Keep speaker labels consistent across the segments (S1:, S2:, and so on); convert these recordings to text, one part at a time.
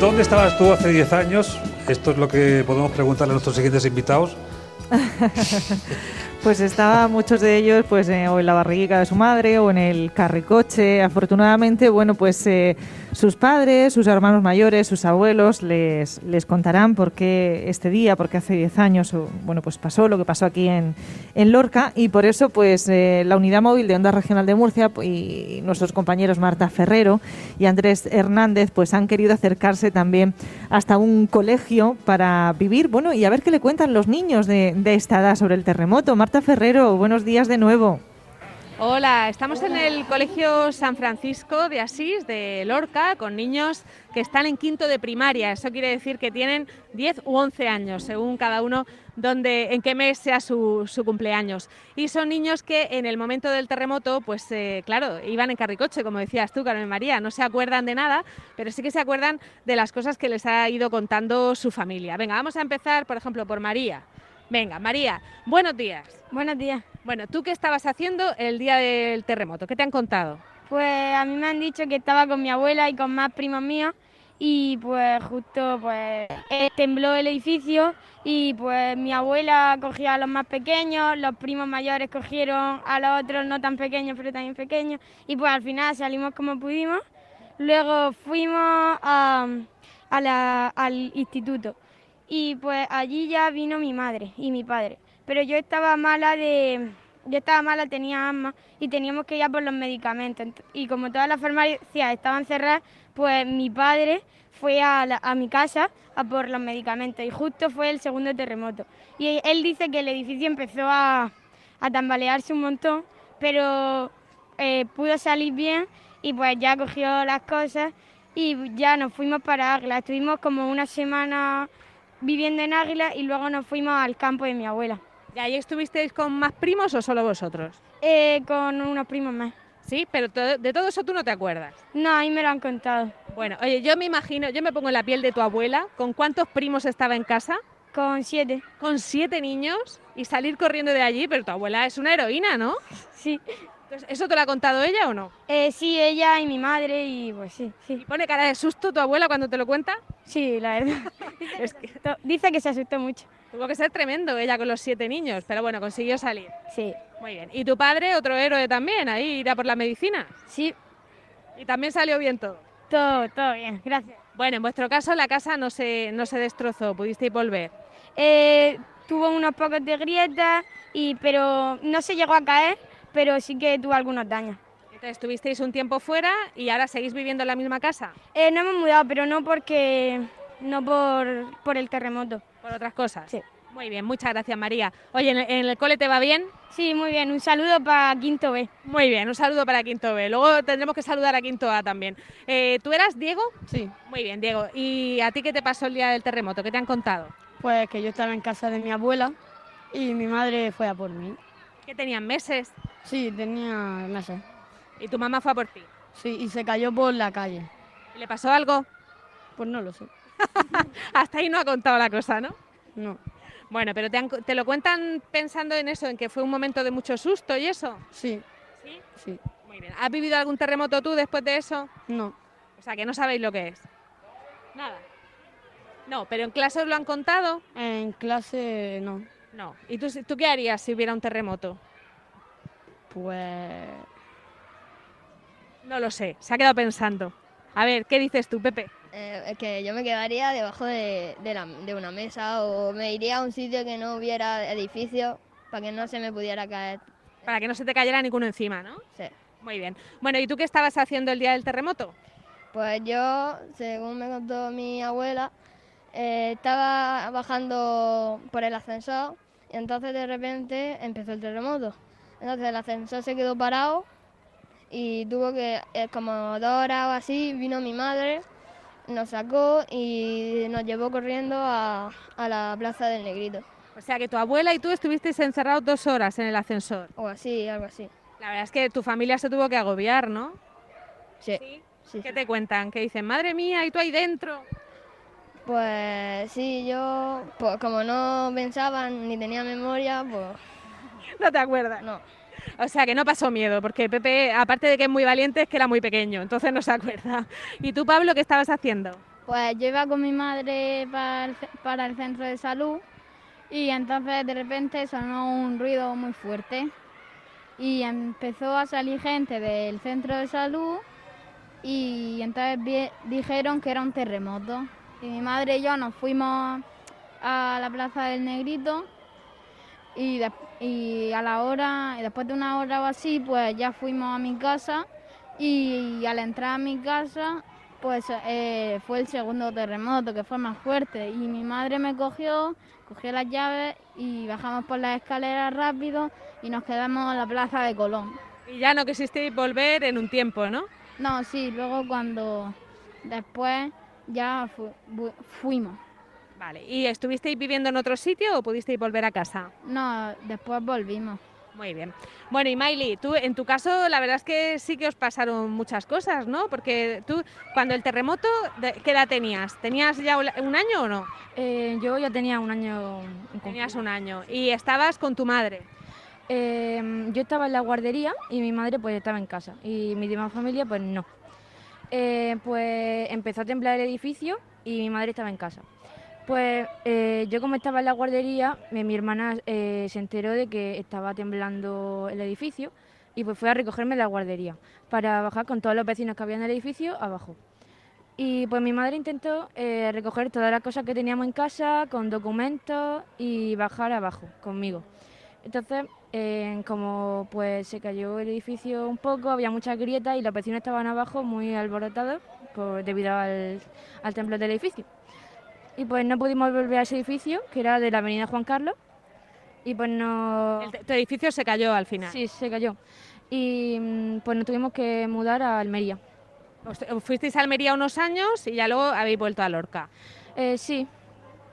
S1: ¿Dónde estabas tú hace 10 años? Esto es lo que podemos preguntarle a nuestros siguientes invitados.
S2: Pues estaba muchos de ellos pues eh, o en la barriguita de su madre o en el carricoche. Afortunadamente, bueno, pues eh, sus padres, sus hermanos mayores, sus abuelos les, les contarán por qué este día, porque hace 10 años o, bueno, pues pasó lo que pasó aquí en, en Lorca y por eso pues eh, la Unidad Móvil de Onda Regional de Murcia pues, y nuestros compañeros Marta Ferrero y Andrés Hernández pues han querido acercarse también hasta un colegio para vivir, bueno, y a ver qué le cuentan los niños de, de esta edad sobre el terremoto. Marta Ferrero, buenos días de nuevo.
S3: Hola, estamos en el Colegio San Francisco de Asís de Lorca con niños que están en quinto de primaria. Eso quiere decir que tienen 10 u 11 años, según cada uno donde, en qué mes sea su, su cumpleaños. Y son niños que en el momento del terremoto, pues eh, claro, iban en carricoche, como decías tú, Carmen María. No se acuerdan de nada, pero sí que se acuerdan de las cosas que les ha ido contando su familia. Venga, vamos a empezar, por ejemplo, por María. Venga, María, buenos días.
S4: Buenos días.
S3: Bueno, ¿tú qué estabas haciendo el día del terremoto? ¿Qué te han contado?
S4: Pues a mí me han dicho que estaba con mi abuela y con más primos míos y pues justo pues eh, tembló el edificio y pues mi abuela cogió a los más pequeños, los primos mayores cogieron a los otros no tan pequeños pero también pequeños y pues al final salimos como pudimos. Luego fuimos a, a la- al instituto y pues allí ya vino mi madre y mi padre. Pero yo estaba mala de... Yo estaba mala, tenía asma y teníamos que ir a por los medicamentos. Ent- Y como todas las farmacias estaban cerradas, pues mi padre fue a, la- a mi casa a por los medicamentos y justo fue el segundo terremoto. Y e- él dice que el edificio empezó a, a tambalearse un montón, pero eh, pudo salir bien y pues ya cogió las cosas y ya nos fuimos para Águila. Estuvimos como una semana viviendo en Águila y luego nos fuimos al campo de mi abuela,
S3: ¿Y ahí estuvisteis con más primos o solo vosotros?
S4: eh, con unos primos más.
S3: Sí, pero to- de todo eso tú no te acuerdas.
S4: No, ahí me lo han contado,
S3: Bueno, oye, yo me imagino, yo me pongo en la piel de tu abuela, ¿con cuántos primos estaba en casa?
S4: con siete,
S3: Con siete niños y salir corriendo de allí, pero tu abuela es una heroína, ¿no?
S4: sí.
S3: Entonces, ¿Eso te lo ha contado ella o no?
S4: Eh, sí, ella y mi madre y pues sí,
S3: ¿Y
S4: sí,
S3: pone cara de susto tu abuela cuando te lo cuenta?
S4: sí, la verdad.
S3: Es que
S4: To- Dice que se asustó mucho.
S3: tuvo que ser tremendo ella con los siete niños, pero bueno, consiguió salir.
S4: Sí,
S3: Muy bien. ¿Y tu padre, otro héroe también? Ahí irá por la medicina.
S4: sí,
S3: Y también salió bien todo.
S4: todo, todo bien, gracias.
S3: Bueno, en vuestro caso la casa no se, no se destrozó, pudisteis volver.
S4: Eh, tuvo unos pocos de grietas, y, pero no se llegó a caer, pero sí que tuvo algunos daños.
S3: Entonces estuvisteis un tiempo fuera y ahora seguís viviendo en la misma casa,
S4: Eh, no hemos mudado, pero no porque no por, por el terremoto.
S3: por otras cosas.
S4: Sí.
S3: Muy bien, muchas gracias María. Oye, ¿en el, en el cole te va bien?
S4: Sí, muy bien, un saludo para Quinto B.
S3: Muy bien, un saludo para Quinto B. Luego tendremos que saludar a Quinto A también. Eh, ¿Tú eras Diego?
S5: Sí,
S3: Muy bien, Diego. ¿Y a ti qué te pasó el día del terremoto? ¿Qué te han contado?
S5: pues que yo estaba en casa de mi abuela y mi madre fue a por mí.
S3: Que tenían meses
S5: Sí, tenía meses.
S3: y tu mamá fue a por ti.
S5: Sí, y se cayó por la calle.
S3: ¿Y ¿Le pasó algo?
S5: Pues no lo sé.
S3: Hasta ahí no ha contado la cosa, ¿no?
S5: No.
S3: Bueno, pero te, han- te lo cuentan pensando en eso, en que fue un momento de mucho susto y eso.
S5: Sí,
S3: Sí.
S5: sí.
S3: Muy bien. ¿Has vivido algún terremoto tú después de eso?
S5: No.
S3: O sea, que no sabéis lo que es. Nada. No, pero en clase os lo han contado.
S5: En clase no.
S3: No. ¿Y tú, tú qué harías si hubiera un terremoto?
S5: Pues
S3: No lo sé. Se ha quedado pensando. A ver, ¿qué dices tú, Pepe?
S6: Eh, es que yo me quedaría debajo de, de la- de una mesa o me iría a un sitio que no hubiera edificio para que no se me pudiera caer.
S3: Para que no se te cayera ninguno encima, ¿no?
S6: Sí.
S3: Muy bien. Bueno, ¿y tú qué estabas haciendo el día del terremoto?
S6: Pues yo, según me contó mi abuela, eh, estaba bajando por el ascensor y entonces de repente empezó el terremoto. Entonces el ascensor se quedó parado y tuvo que, eh, como dos horas o así, vino mi madre, nos sacó y nos llevó corriendo a, a la plaza del Negrito,
S3: O sea, que tu abuela y tú estuvisteis encerrados dos horas en el ascensor.
S6: o así, algo así.
S3: La verdad es que tu familia se tuvo que agobiar, ¿no?
S6: Sí,
S3: Sí.
S6: sí,
S3: ¿Qué
S6: sí.
S3: te cuentan? Que dicen, madre mía, y tú ahí dentro.
S6: Pues sí, yo, pues como no pensaban ni tenía memoria, pues
S3: No te acuerdas.
S6: no.
S3: O sea, que no pasó miedo, porque Pepe, aparte de que es muy valiente, es que era muy pequeño, entonces no se acuerda. ¿Y tú, Pablo, qué estabas haciendo?
S7: Pues yo iba con mi madre para el, ce- para el centro de salud y entonces de repente sonó un ruido muy fuerte y empezó a salir gente del centro de salud y entonces vi- dijeron que era un terremoto. Y mi madre y yo nos fuimos a la plaza del Negrito y, des- y a la hora, y después de una hora o así, pues ya fuimos a mi casa y al entrar a mi casa, pues eh, fue el segundo terremoto, que fue más fuerte. Y mi madre me cogió, cogió las llaves y bajamos por las escaleras rápido y nos quedamos en la plaza de Colón.
S3: Y ya no quisisteis volver en un tiempo, ¿no?
S7: No, sí, luego cuando después ya fu- bu- fuimos.
S3: Vale. ¿Y estuvisteis viviendo en otro sitio o pudisteis volver a casa?
S7: No, después volvimos.
S3: Muy bien. Bueno, y Miley, tú en tu caso la verdad es que sí que os pasaron muchas cosas, ¿no? Porque tú cuando el terremoto, ¿de- ¿qué edad tenías? ¿Tenías ya un un año o no?
S4: Eh, yo ya tenía un año. y
S3: Tenías
S4: cumplido.
S3: un año y estabas con tu madre.
S4: Eh, yo estaba en la guardería y mi madre pues estaba en casa y mi demás familia pues no. Eh, pues empezó a temblar el edificio y mi madre estaba en casa. Pues eh, yo como estaba en la guardería, mi, mi hermana eh, se enteró de que estaba temblando el edificio y pues fue a recogerme de la guardería para bajar con todos los vecinos que había en el edificio abajo. Y pues mi madre intentó eh, recoger todas las cosas que teníamos en casa con documentos y bajar abajo conmigo. Entonces, eh, como pues se cayó el edificio un poco, había muchas grietas y los vecinos estaban abajo muy alborotados por, debido al, al temblor del edificio. Y pues no pudimos volver a ese edificio, que era de la avenida Juan Carlos, y pues no...
S3: El te- tu edificio se cayó al final.
S4: Sí, se cayó. Y mm, pues nos tuvimos que mudar a Almería.
S3: Os- fuisteis a Almería unos años y ya luego habéis vuelto a Lorca.
S4: Eh, sí,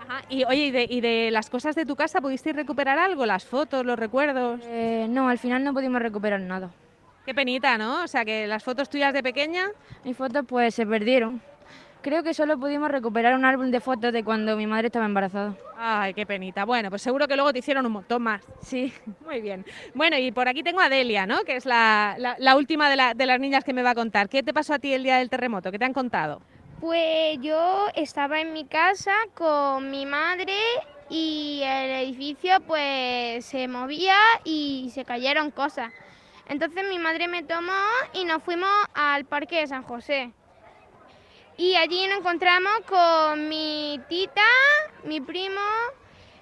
S3: Ajá. Y oye, ¿y de, y de las cosas de tu casa pudisteis recuperar algo? ¿Las fotos, los recuerdos?
S4: eh, no, al final no pudimos recuperar nada.
S3: Qué penita, ¿no? O sea, que las fotos tuyas de pequeña,
S4: Mis fotos pues se perdieron. Creo que solo pudimos recuperar un álbum de fotos de cuando mi madre estaba embarazada.
S3: ay, qué penita. Bueno, pues seguro que luego te hicieron un montón más.
S4: Sí.
S3: Muy bien. Bueno, y por aquí tengo a Delia, ¿no? Que es la, la- la última de, la- de las niñas que me va a contar. ¿Qué te pasó a ti el día del terremoto? ¿Qué te han contado?
S7: Pues yo estaba en mi casa con mi madre y el edificio pues se movía y se cayeron cosas. Entonces mi madre me tomó y nos fuimos al parque de San José. Y allí nos encontramos con mi tita, mi primo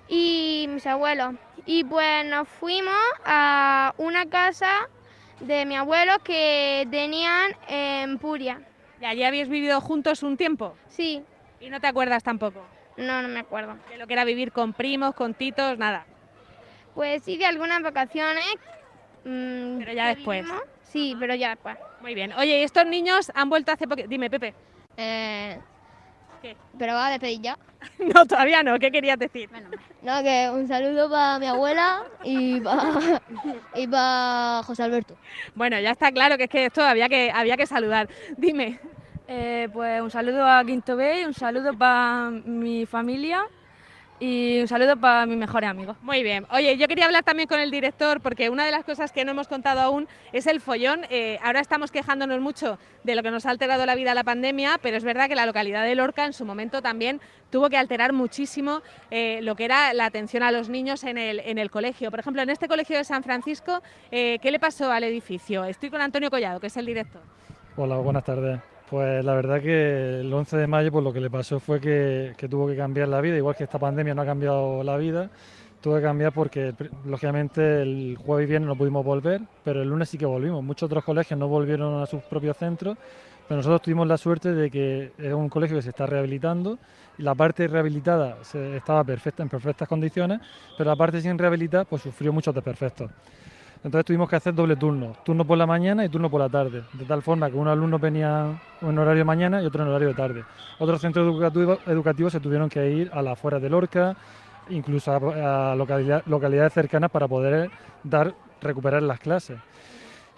S7: y mis abuelos. Y pues nos fuimos a una casa de mi abuelo que tenían en Puria.
S3: ¿Y allí habéis vivido juntos un tiempo?
S7: Sí,
S3: Y no te acuerdas tampoco
S7: no, no me acuerdo.
S3: de lo que era vivir con primos, con titos, nada.
S7: Pues sí, de algunas vacaciones. mm,
S3: Pero ya
S7: que
S3: después.
S7: vivimos. Sí, pero ya después.
S3: Muy bien. Oye, ¿y estos niños han vuelto hace poco? Dime, Pepe.
S6: Eh,
S3: ¿Qué?
S6: ¿Pero va a despedir ya?
S3: No, todavía no. ¿Qué querías decir?
S6: No, que un saludo para mi abuela y para y pa José Alberto.
S3: Bueno, ya está claro que es que esto había que, había que saludar. Dime.
S4: Eh, pues un saludo a Quinto B, un saludo para mi familia y un saludo para mis mejores amigos.
S3: Muy bien. Oye, yo quería hablar también con el director porque una de las cosas que no hemos contado aún es el follón. Eh, ahora estamos quejándonos mucho de lo que nos ha alterado la vida la pandemia, pero es verdad que la localidad de Lorca en su momento también tuvo que alterar muchísimo eh, lo que era la atención a los niños en el, en el colegio. Por ejemplo, en este colegio de San Francisco, eh, ¿qué le pasó al edificio? Estoy con Antonio Collado, que es el director.
S8: Hola, buenas tardes. Pues la verdad que el 11 de mayo pues lo que le pasó fue que, que tuvo que cambiar la vida, igual que esta pandemia no ha cambiado la vida, tuvo que cambiar porque pr- lógicamente el jueves y viernes no pudimos volver, pero el lunes sí que volvimos. Muchos otros colegios no volvieron a sus propios centros, pero nosotros tuvimos la suerte de que es un colegio que se está rehabilitando y la parte rehabilitada se- estaba perfecta, en perfectas condiciones, pero la parte sin rehabilitar pues sufrió muchos desperfectos. Entonces tuvimos que hacer doble turno, turno por la mañana y turno por la tarde, de tal forma que un alumno venía en horario de mañana y otro en horario de tarde. Otros centros educativo- educativos se tuvieron que ir a las afueras de Lorca, incluso a, a localidad- localidades cercanas para poder dar, recuperar las clases.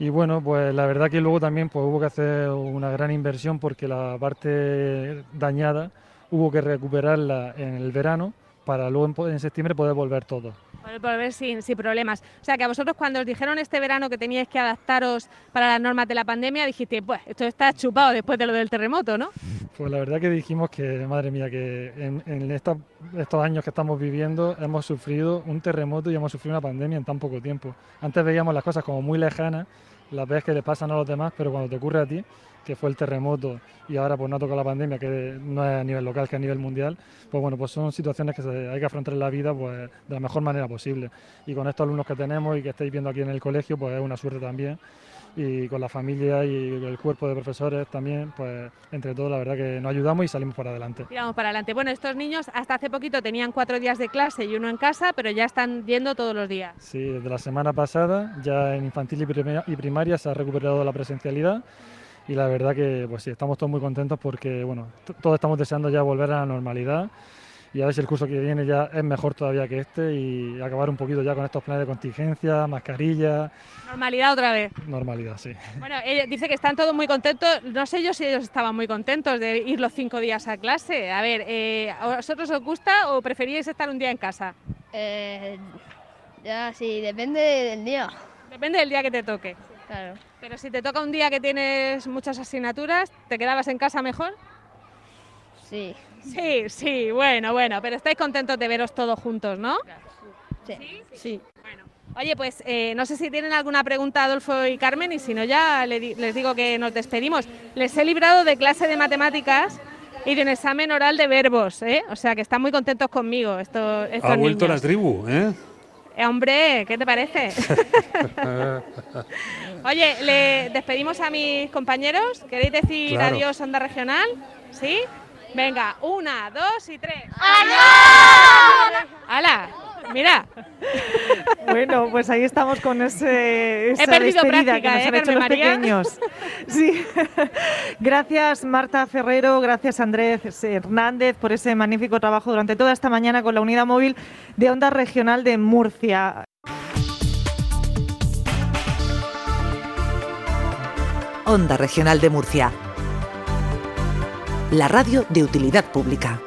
S8: Y bueno, pues la verdad que luego también pues, hubo que hacer una gran inversión porque la parte dañada hubo que recuperarla en el verano para luego en po- en septiembre poder volver todos.
S3: Por volver pues sin, sin problemas. O sea, que a vosotros cuando os dijeron este verano que teníais que adaptaros para las normas de la pandemia, dijiste, pues esto está chupado después de lo del terremoto, ¿no?
S8: Pues la verdad que dijimos que, madre mía, que en, en esta- estos años que estamos viviendo hemos sufrido un terremoto y hemos sufrido una pandemia en tan poco tiempo. Antes veíamos las cosas como muy lejanas, las ves que le pasan a los demás, pero cuando te ocurre a ti, que fue el terremoto y ahora pues no ha tocado la pandemia, que no es a nivel local, que a nivel mundial, pues bueno, pues son situaciones que se- hay que afrontar en la vida pues, de la mejor manera posible. Y con estos alumnos que tenemos y que estáis viendo aquí en el colegio, pues es una suerte también y con la familia y el cuerpo de profesores también, pues entre todos la verdad que nos ayudamos y salimos para adelante.
S3: Tiramos para adelante. Bueno, estos niños hasta hace poquito tenían cuatro días de clase y uno en casa, pero ya están yendo todos los días.
S8: Sí, desde la semana pasada ya en infantil y prima- y primaria se ha recuperado la presencialidad y la verdad que pues sí, estamos todos muy contentos porque bueno, t- todos estamos deseando ya volver a la normalidad y a ver si el curso que viene ya es mejor todavía que este y acabar un poquito ya con estos planes de contingencia, mascarilla,
S3: Normalidad otra vez.
S8: normalidad, sí.
S3: Bueno, ella dice que están todos muy contentos. No sé yo si ellos estaban muy contentos de ir los cinco días a clase. A ver, eh, ¿a vosotros os gusta o preferíais estar un día en casa?
S6: Eh, ya, sí, depende del día,
S3: Depende del día que te toque.
S6: claro.
S3: Pero si te toca un día que tienes muchas asignaturas, ¿te quedabas en casa mejor?
S6: Sí,
S3: Sí, sí, bueno, bueno, pero estáis contentos de veros todos juntos, ¿no?
S6: sí.
S5: Sí.
S3: Oye, pues eh, no sé si tienen alguna pregunta Adolfo y Carmen y si no ya le di- les digo que nos despedimos. Les he librado de clase de matemáticas y de un examen oral de verbos, ¿eh? O sea que están muy contentos conmigo estos, estos
S1: Ha vuelto
S3: niños.
S1: la tribu, ¿eh?
S3: Eh, hombre, ¿qué te parece? Oye, le despedimos a mis compañeros. ¿Queréis decir
S1: Claro.
S3: adiós onda regional? ¿Sí? Venga, una, dos y tres. ¡Adiós! ¡Hala! Mira,
S2: Bueno, pues ahí estamos con ese, esa
S3: perdido
S2: despedida
S3: práctica,
S2: que nos
S3: ¿eh,
S2: han hecho
S3: Carmen
S2: los
S3: María?
S2: pequeños. Sí. gracias Marta Ferrero, gracias Andrés Hernández por ese magnífico trabajo durante toda esta mañana con la unidad móvil de Onda Regional de Murcia.
S9: Onda Regional de Murcia. La radio de utilidad pública.